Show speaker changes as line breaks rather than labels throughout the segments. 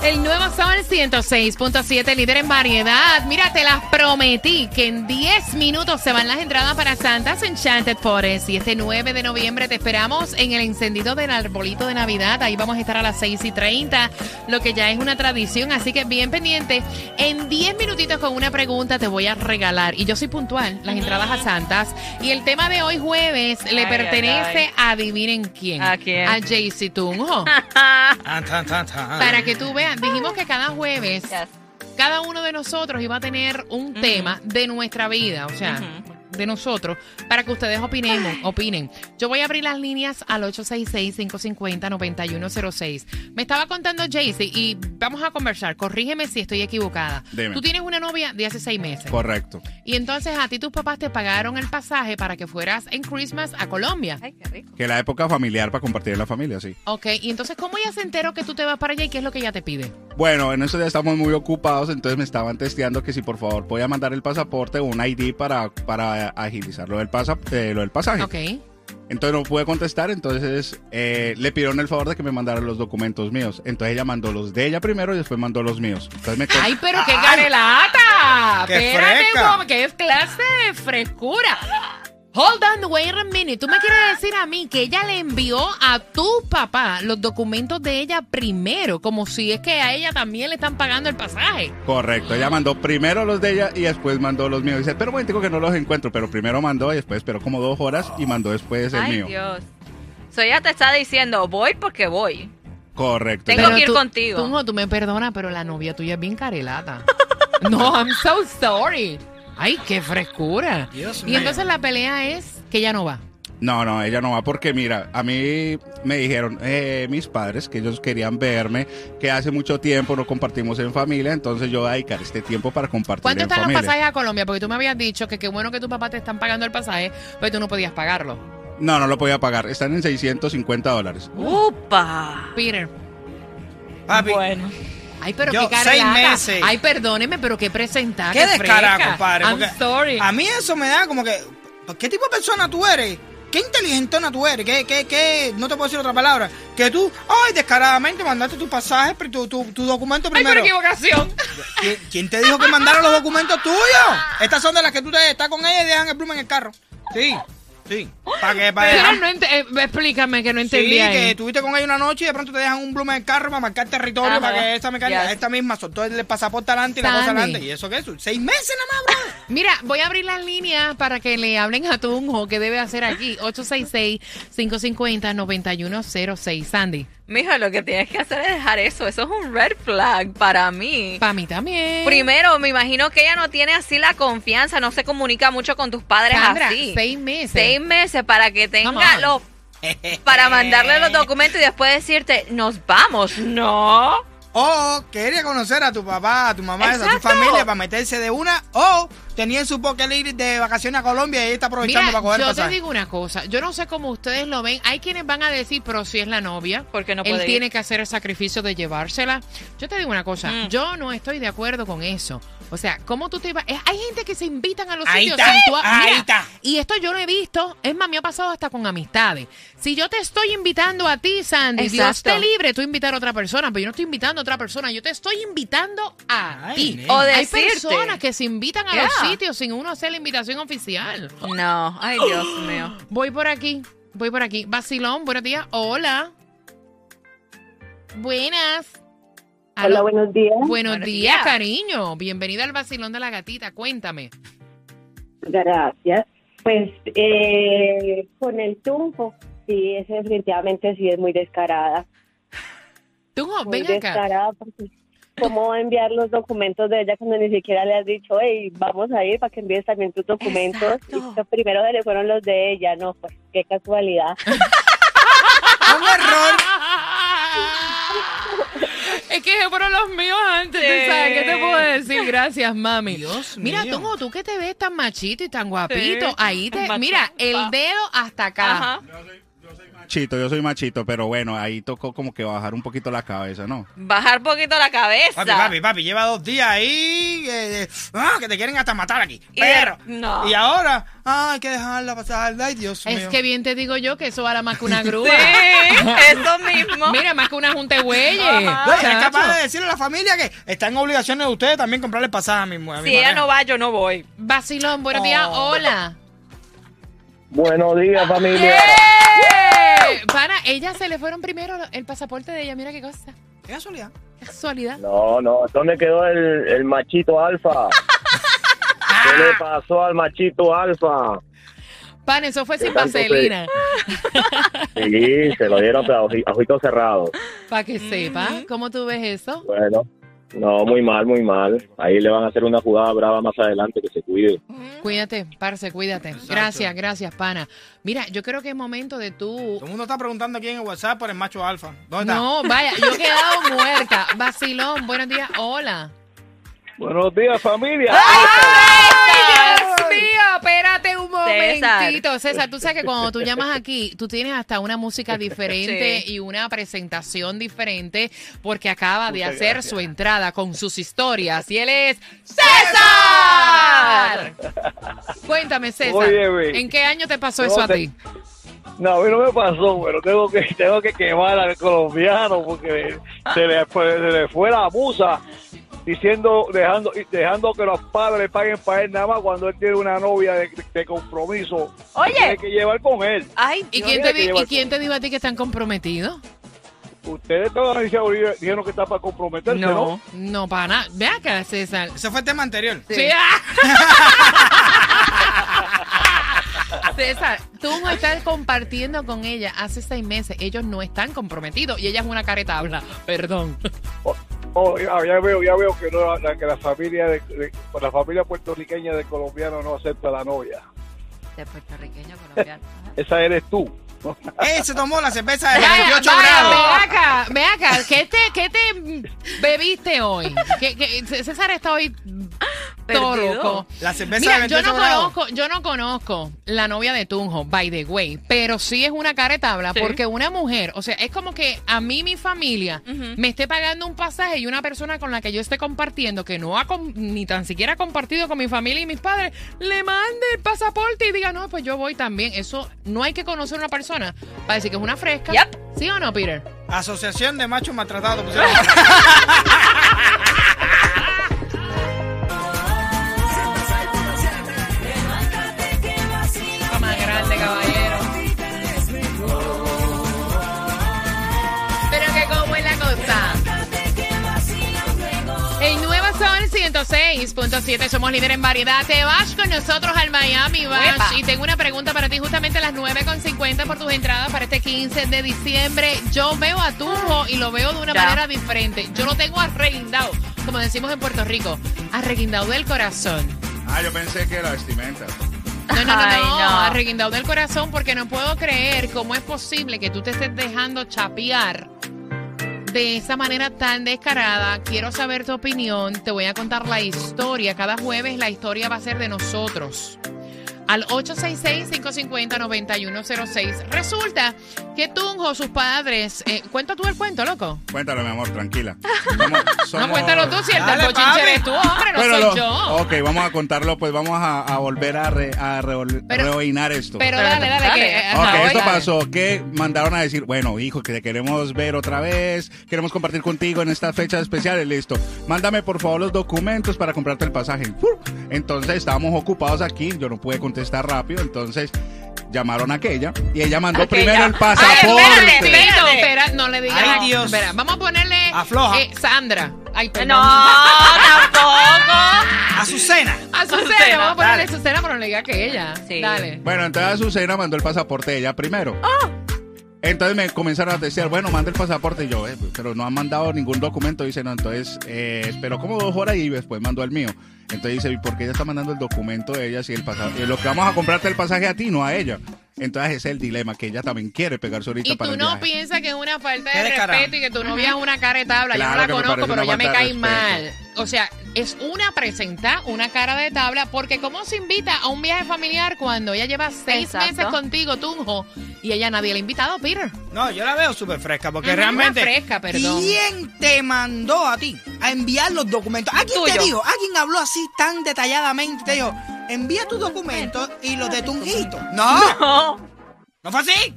El nuevo Sol 106.7, líder en variedad. Mira, te las prometí que en 10 minutos se van las entradas para Santas Enchanted Forest. Y este 9 de noviembre te esperamos en el encendido del arbolito de Navidad. Ahí vamos a estar a las 6 y 30, lo que ya es una tradición. Así que bien pendiente. En 10 minutitos con una pregunta te voy a regalar. Y yo soy puntual, las entradas a Santas. Y el tema de hoy jueves le
Ay, ay,
pertenece
ay.
a adivinen quién.
¿A quién?
A Jaycee Tunjo.
Tan, tan, tan, tan.
Para que tú veas, dijimos que cada jueves,
Yes.
cada uno de nosotros iba a tener un tema de nuestra vida, o sea, de nosotros, para que ustedes opinemos, opinen. Yo voy a abrir las líneas al 866-550-9106. Me estaba contando Jaycee y vamos a conversar. Corrígeme si estoy equivocada.
Dime.
Tú tienes una novia de hace seis meses.
Correcto.
y entonces a ti tus papás te pagaron el pasaje para que fueras en Christmas a Colombia.
Ay, qué rico.
Que la época familiar para compartir en la familia, sí.
Ok, y entonces ¿cómo ella se enteró que tú te vas para allá y qué es lo que ella te pide?
Bueno, en esos días estamos muy ocupados, entonces me estaban testeando que si por favor podía mandar el pasaporte o un ID para, para agilizar lo del, pasa- eh, lo del pasaje.
Ok.
Entonces no pude contestar, entonces eh, le pidieron el favor de que me mandaran los documentos míos. Entonces ella mandó los de ella primero y después mandó los míos. Entonces me co-
¡Ay, pero qué garelata!
¡Qué
Espérate,
fresca!
guau, ¡Qué clase de frescura! Hold on, wait a minute. ¿Tú me quieres decir a mí que ella le envió a tu papá los documentos de ella primero? Como si es que a ella también le están pagando el pasaje.
Correcto, ella mandó primero los de ella y después mandó los míos. Dice, pero bueno, digo que no los encuentro, pero primero mandó y después esperó como dos horas y mandó después el
Ay,
mío.
Dios. So ella te está diciendo, voy porque voy.
Correcto.
Tengo
Ella-
que ir
tú,
contigo.
Tú, no, tú me perdonas, pero la novia tuya es bien carelata. no, I'm so sorry. ¡Ay, qué frescura!
Dios
y
mío.
entonces la pelea es que ella no va.
No, no, ella no va porque mira, a mí me dijeron eh, mis padres que ellos querían verme, que hace mucho tiempo no compartimos en familia, entonces yo voy a dedicar este tiempo para compartir
¿Cuánto
en
están los
familia.
pasajes a Colombia? Porque tú me habías dicho que qué bueno que tu papá te están pagando el pasaje, pero tú no podías pagarlo.
No, no lo podía pagar, están en 650 dólares.
¡Upa!
Peter.
Papi,
Bueno.
Ay, pero
Yo,
qué cara
seis
lata.
meses.
Ay, perdóneme, pero qué presentada.
qué descarado,
fresca.
compadre.
I'm
porque
sorry.
A mí eso me da como que. ¿Qué tipo de persona tú eres? ¿Qué inteligentona tú eres? ¿Qué, qué, qué? No te puedo decir otra palabra. Que tú, ay, descaradamente mandaste tus pasajes, pri- tu, tu, tu documento
Ay, pero
primero.
equivocación.
¿Quién, quién te dijo que mandara los documentos tuyos? Estas son de las que tú te, estás con ella y dejan el pluma en el carro. Sí, sí. ¿Para qué? Para
Pero
dejar-
no ent- eh, explícame que no
Sí,
entendí
que
ahí.
estuviste con ella una noche y de pronto te dejan un pluma en el carro para marcar territorio
Ajá.
para que esta mecánica,
Yes.
esta misma soltó el pasaporte adelante y la cosa
Dale.
adelante. ¿Y eso qué es? ¿Seis meses nada más, bro?
Mira, voy a abrir las líneas para que le hablen a Tunjo que debe hacer aquí. 866-550-9106. Sandy.
Mijo, lo que tienes que hacer es dejar eso. Eso es un red flag para mí.
Para mí también.
Primero, me imagino que ella no tiene así la confianza, no se comunica mucho con tus padres
Sandra,
así.
seis meses.
Seis meses para que
Come
tenga
on.
los... Para mandarle los documentos y después decirte, nos vamos. No.
O quería conocer a tu papá, a tu mamá, a tu
Exacto.
familia para meterse de una. O tenía en su pocket ir de vacaciones a Colombia y ella está aprovechando
Mira,
para coger
yo
el
te
pasaje.
digo una cosa. Yo no sé cómo ustedes lo ven. Hay quienes van a decir, pero si es la novia,
Porque no
él
puede
tiene
ir.
que hacer el sacrificio de llevársela. Yo te digo una cosa.
Mm.
Yo no estoy de acuerdo con eso. O sea, ¿cómo tú te vas? Hay gente que se invitan a los
Ahí
sitios.
está,
sin tú a-
ahí
Mira,
está.
Y esto yo lo he visto. Es más, me ha pasado hasta con amistades. Si yo te estoy invitando a ti, Sandy, Dios
Exacto.
te libre tú invitar a otra persona, pero yo no estoy invitando a otra persona. Yo te estoy invitando a
Ay,
ti.
nena.
O
Hay
decirte.
personas que se invitan a los
Yeah.
sitios sin uno hacer la invitación oficial.
No. Ay, Dios mío.
Voy por aquí, voy por aquí. Basilón, buenos días. Hola. Buenas.
Hola,
Aló.
buenos días.
Buenos
Buenos
días,
días.
cariño. Bienvenida al Basilón de la Gatita. Cuéntame.
Gracias. Pues eh, con el tumbo, sí, es definitivamente sí es muy descarada.
Tunjo,
Muy
ven acá.
descarada porque ¿Cómo va a enviar los documentos de ella cuando ni siquiera le has dicho, hey, vamos a ir para que envíes también tus documentos?
Exacto.
Y que primero le fueron los de ella, no, pues qué casualidad.
Un error.
Es que se fueron los míos antes, ¿tú
Sí.
¿sabes? ¿Qué te puedo decir? Gracias, mami.
Dios
mira,
mío.
Tomo, tú que te ves tan machito y tan guapito,
Sí.
ahí te...
Macho.
Mira, el
Pa.
dedo hasta acá.
Ajá.
Machito, yo soy machito, pero bueno, ahí tocó como que bajar un poquito la cabeza, ¿no?
Bajar poquito la cabeza.
Papi, papi, papi, lleva dos días ahí eh, eh, ah, que te quieren hasta matar aquí.
Y de-
Pero,
no.
y ahora, ah, hay que dejarla pasar. Ay, Dios
Es
mío.
que bien te digo yo que eso vale más que una grúa.
Sí, eso mismo.
Mira, más que una junta de bueyes.
Oye, es
Chacho.
capaz de decirle a la familia que está en obligaciones de ustedes también comprarle pasaje a mi mujer.
si ella no va, yo no voy.
Vacilón, buenos días,
Oh.
hola. Ah,
Buenos días, familia.
Eh, Para, ella se le fueron primero el pasaporte de ella, mira qué cosa.
¿Qué casualidad?
Qué Casualidad.
No, no, ¿dónde quedó el, el machito alfa? ¿Qué le pasó al machito alfa?
Pan, eso fue sin
tanto te-
vaselina,
Sí, se lo dieron pero a oji- a ojitos cerrados.
para que sepa. ¿Cómo tú ves eso?
Bueno, no, muy mal, muy mal. Ahí le van a hacer una jugada brava más adelante, que se cuide.
Cuídate, parce, cuídate. Gracias, gracias, pana. Mira, yo creo que es momento de tú...
Todo el mundo está preguntando aquí en el WhatsApp por el macho alfa. ¿Dónde está?
No, vaya, yo he quedado muerta. Vacilón, buenos días, hola.
Buenos días, familia.
Dios mío, espérate un
César.
momentito. César, tú sabes que cuando tú llamas aquí, tú tienes hasta una música diferente y una presentación diferente porque acaba de hacer su entrada con sus historias y él es César. Cuéntame, César,
Oye, güey.
¿en qué año te pasó
No,
eso a
te-
ti?
No, a mí no me pasó, pero tengo que, tengo que quemar al colombiano porque se le, fue- se le fue la musa diciendo, dejando, dejando que los padres paguen para él nada más cuando él tiene una novia de, de compromiso.
Oye.
Tiene que llevar con él.
Ay,
¿Y
no
quién, te,
había que
di- ¿Y
llevar-
quién te dijo a ti que están comprometidos?
Ustedes todos dijeron dijeron que está para comprometerse, ¿no?
No, para nada. Ve acá, César.
Ese fue el tema anterior.
Sí. Ah. César, tú no estás compartiendo con ella hace seis meses. Ellos no están comprometidos y ella es una caretabla. Perdón.
Oh, ya, ya veo, ya veo que, no, la, que la familia de- de- la familia puertorriqueña del colombiano no acepta la novia.
De puertorriqueño colombiano.
Esa eres tú.
Él se tomó la cerveza de
Vaya,
28
vaya,
grados.
Ve acá, ve acá. ¿Qué te, qué te bebiste hoy? ¿Qué- qué- César está hoy todo
Perdido.
loco.
La cerveza
Mira,
de
yo
28
no
grados.
conozco, yo no conozco la novia de Tunjo, by the way, pero sí es una caretabla
Sí.
porque una mujer, o sea, es como que a mí mi familia
Ujú.
me esté pagando un pasaje y una persona con la que yo esté compartiendo que no ha com- ni tan siquiera ha compartido con mi familia y mis padres le mande el pasaporte y diga, "No, pues yo voy también." Eso no hay que conocer a una persona para decir que es una fresca.
Yep.
¿Sí o no, Peter?
Asociación de pues, machos maltratados. pusieron.
más grande, caballero. Pero que cómo es la cosa. En Nueva Sol 106.7 somos líder en variedad. Te vas con nosotros al Miami Bash.
Uepa.
Y tengo una pregunta para ti justamente a las 9.50 por tus entradas para este 15 de diciembre. Yo veo a Tunjo y lo veo de una
Ya.
manera diferente. Yo lo tengo arreguindado, como decimos en Puerto Rico, arreguindado del corazón.
Ah, yo pensé que la vestimenta.
No, no, no,
Ay,
no,
no.
arreguindado del corazón porque no puedo creer cómo es posible que tú te estés dejando chapear de esa manera tan descarada. Quiero saber tu opinión, te voy a contar la historia. Cada jueves la historia va a ser de nosotros. Al 866-550-9106. Resulta que Tunjo, sus padres... eh, ¿Cuenta tú el cuento, loco?
Cuéntalo, mi amor, tranquila. Somos- somos-
No, cuéntalo tú, si el
Dale,
del bochinche
papi.
eres tú, hombre, no
Bueno,
soy
lo-
yo.
Ok, vamos a contarlo, pues vamos a, a volver a, re, a revol-
Pero-
reoinar esto.
Pero dale, dale, que...
Dale.
ajá,
Ok, esto
dale.
pasó que mandaron a decir, bueno, hijo, que te queremos ver otra vez, queremos compartir contigo en estas fechas especiales, listo. Mándame por favor los documentos para comprarte el pasaje. ¡Pum! Entonces estábamos ocupados aquí, yo no pude contestar rápido, entonces llamaron a aquella y ella mandó
Aquella.
primero el
Ay, espérate,
pasaporte.
espérate,
Espérate.
espera, no le digas.
Ay, Dios.
Espera, vamos a ponerle
Afloja.
eh, Sandra. Ay, perdón.
No, tampoco.
Azucena.
Azucena,
Azucena,
vamos a ponerle
dale.
Azucena, pero no le diga que ella.
Sí.
Dale. Ah.
Bueno, entonces Azucena mandó el pasaporte de ella primero. Entonces me comenzaron a decir, bueno, manda el pasaporte. Y yo, eh, pero no han mandado ningún documento. Dice, no, entonces eh, esperó como dos horas y después mandó el mío. Entonces dice, ¿y por qué ella está mandando el documento de ella si el pasaje? eh, lo que vamos a comprarte el pasaje a ti, no a ella. Entonces ese es el dilema, que ella también quiere pegarse ahorita
Y
para
tú
el
no
viaje.
piensas que es una falta
Qué
de
descarada.
respeto y que tu novia es una cara de tabla.
Claro que
yo
me
no la conozco,
parece
pero
una
ya me
falta de
cae mal. O sea, es una presenta, una cara de tabla, porque ¿cómo se invita a un viaje familiar cuando ella lleva seis
Exacto.
meses contigo, Tunjo, y ella nadie le ha invitado, Peter?
No, yo la veo súper fresca porque
Ujú,
realmente.
una fresca, perdón.
¿Quién te mandó a ti a enviar los documentos? ¿Alguien te
Tuyo.
dijo? ¿Alguien habló así tan detalladamente? Te dijo, envía tus documentos y los de Tunjito. No, no,
No.
fue así.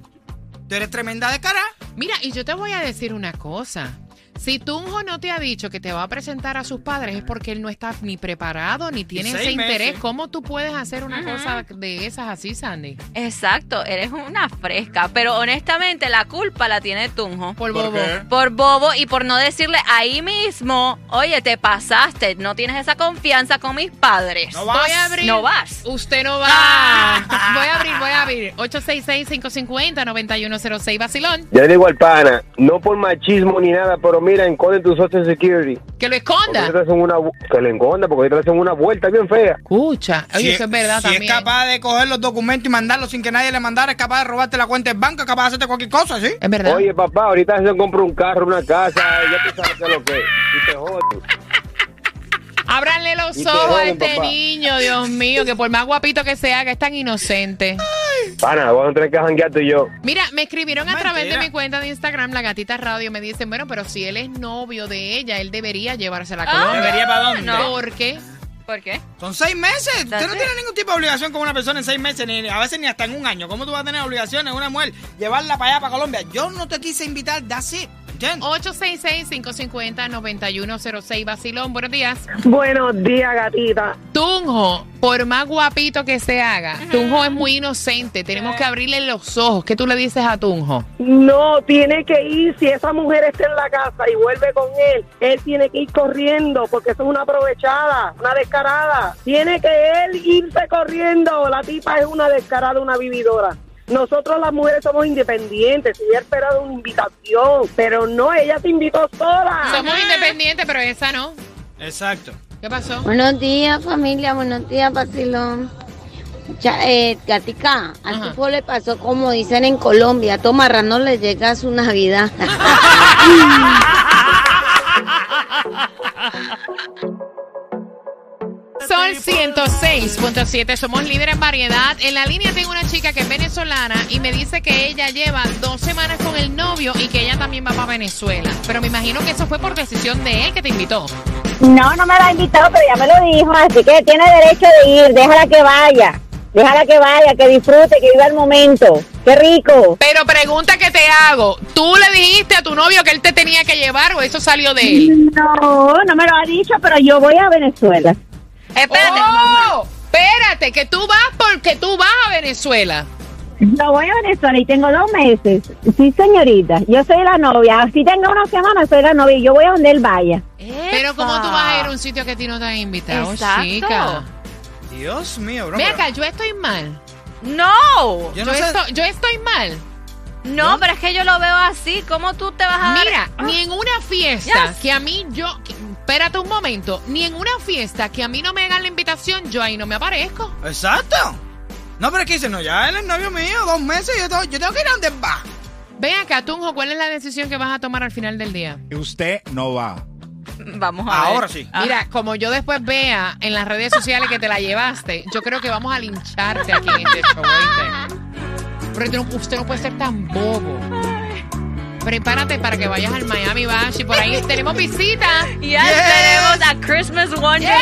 Tú eres tremenda de cara.
Mira, y yo te voy a decir una cosa. Si Tunjo no te ha dicho que te va a presentar a sus padres es porque él no está ni preparado ni tiene
seis
ese interés.
meses.
¿Cómo tú puedes hacer una cosa de esas así, Sandy?
Exacto, eres una fresca. Pero honestamente, la culpa la tiene Tunjo.
Por
¿Por
bobo.
qué?
Por bobo y por no decirle ahí mismo, oye, te pasaste, no tienes esa confianza con mis padres.
No
Voy
vas. Ah.
a abrir.
No vas.
Usted no va. Voy a abrir, voy a abrir. 866-550-9106, Basilón.
Yo le digo al pana, no por machismo ni nada, pero mira, enconden tu Social Security.
Que lo
Porque
esconda.
ahorita te hacen una, vu- que le enconda, porque ahorita le hacen una vuelta bien fea.
Escucha. Oye, eso es verdad
si
también.
es capaz de coger los documentos y mandarlos sin que nadie le mandara, es capaz de robarte la cuenta del banco, es capaz de hacerte cualquier cosa, ¿sí?
Es verdad.
Oye, papá, ahorita se compra un carro, una casa, ya tú sabes qué es lo que es. Y te jodes.
Ábranle los
Y que
ojos a
joden,
este
papá.
niño, Dios mío, que por más guapito que sea, que es tan inocente.
Pana, vamos a tener que janguear tú y yo.
Mira, me escribieron a
Mentira.
través de mi cuenta de Instagram, La Gatita Radio, me dicen, bueno, pero si él es novio de ella, él debería llevársela a
Ah,
Colombia.
¿Debería para dónde?
no.
¿Por qué?
¿Por qué?
Son seis meses. Usted
That's
no
it.
tiene ningún tipo de obligación con una persona en seis meses, ni, a veces ni hasta en un año. ¿Cómo tú vas a tener obligaciones una mujer? Llevarla para allá, para Colombia. Yo no te quise invitar, that's it. ¿Entiendes?
866-550-9106, Basilón, buenos días.
Buenos días, gatita.
Tunjo, por más guapito que se haga, Tunjo es muy inocente. Tenemos que abrirle los ojos. ¿Qué tú le dices a Tunjo?
No, tiene que ir. Si esa mujer está en la casa y vuelve con él, él tiene que ir corriendo porque eso es una aprovechada, una descarada. Tiene que él irse corriendo. La tipa es una descarada, una vividora. Nosotros las mujeres somos independientes. Si hubiera esperado una invitación, pero no, ella se invitó sola.
Somos independientes, pero esa no.
Exacto.
¿Qué pasó?
Buenos días, familia. Buenos días, Basilón. Ya, eh, Gatica, al
Ajá.
tipo le pasó como dicen en Colombia, a Tomarrano le llega su Navidad.
Son 106.7, somos líderes en variedad. En la línea tengo una chica que es venezolana y me dice que ella lleva dos semanas con el novio y que ella también va para Venezuela. Pero me imagino que eso fue por decisión de él que te invitó.
No, no me la ha invitado, pero ya me lo dijo, así que tiene derecho de ir, déjala que vaya, déjala que vaya, que disfrute, que viva el momento, qué rico.
Pero pregunta que te hago, ¿tú le dijiste a tu novio que él te tenía que llevar o eso salió de él?
No, no me lo ha dicho, pero yo voy a Venezuela.
Espérate,
¡Oh! Espérate, que tú vas porque tú vas a Venezuela.
Yo voy a Venezuela y tengo dos meses. Sí, señorita, yo soy la novia. Si tengo una semana, soy la novia y yo voy a donde él vaya.
Pero ¿cómo tú vas a ir a
un
un sitio que a ti no te han invitado,
Exacto.
chica?
Dios mío, bro.
Ve
pero-
acá, yo estoy mal.
No,
Yo
Yo,
no sé.
estoy, yo estoy mal.
no, pero es que yo lo veo así. ¿Cómo tú te vas a dar-
Mira, ni en una fiesta
Yes.
que a mí yo... que- espérate un momento. Ni en una fiesta que a mí no me hagan la invitación, yo ahí no me aparezco.
Exacto. No, pero es que dice, no, ya él es novio mío, dos meses, yo tengo, yo tengo que ir a donde él va.
Ve acá, Tunjo, ¿cuál es la decisión que vas a tomar al final del día?
Y Usted no va.
Vamos a ver.
Ahora sí.
Mira, como yo después vea en las redes sociales que te la llevaste, yo creo que vamos a lincharte aquí en este show. ¿oíste? Porque tú no- usted no puede ser tan bobo. Prepárate para que vayas al Miami Bash y por ahí tenemos visita.
Y ya tenemos a Christmas Wonderland.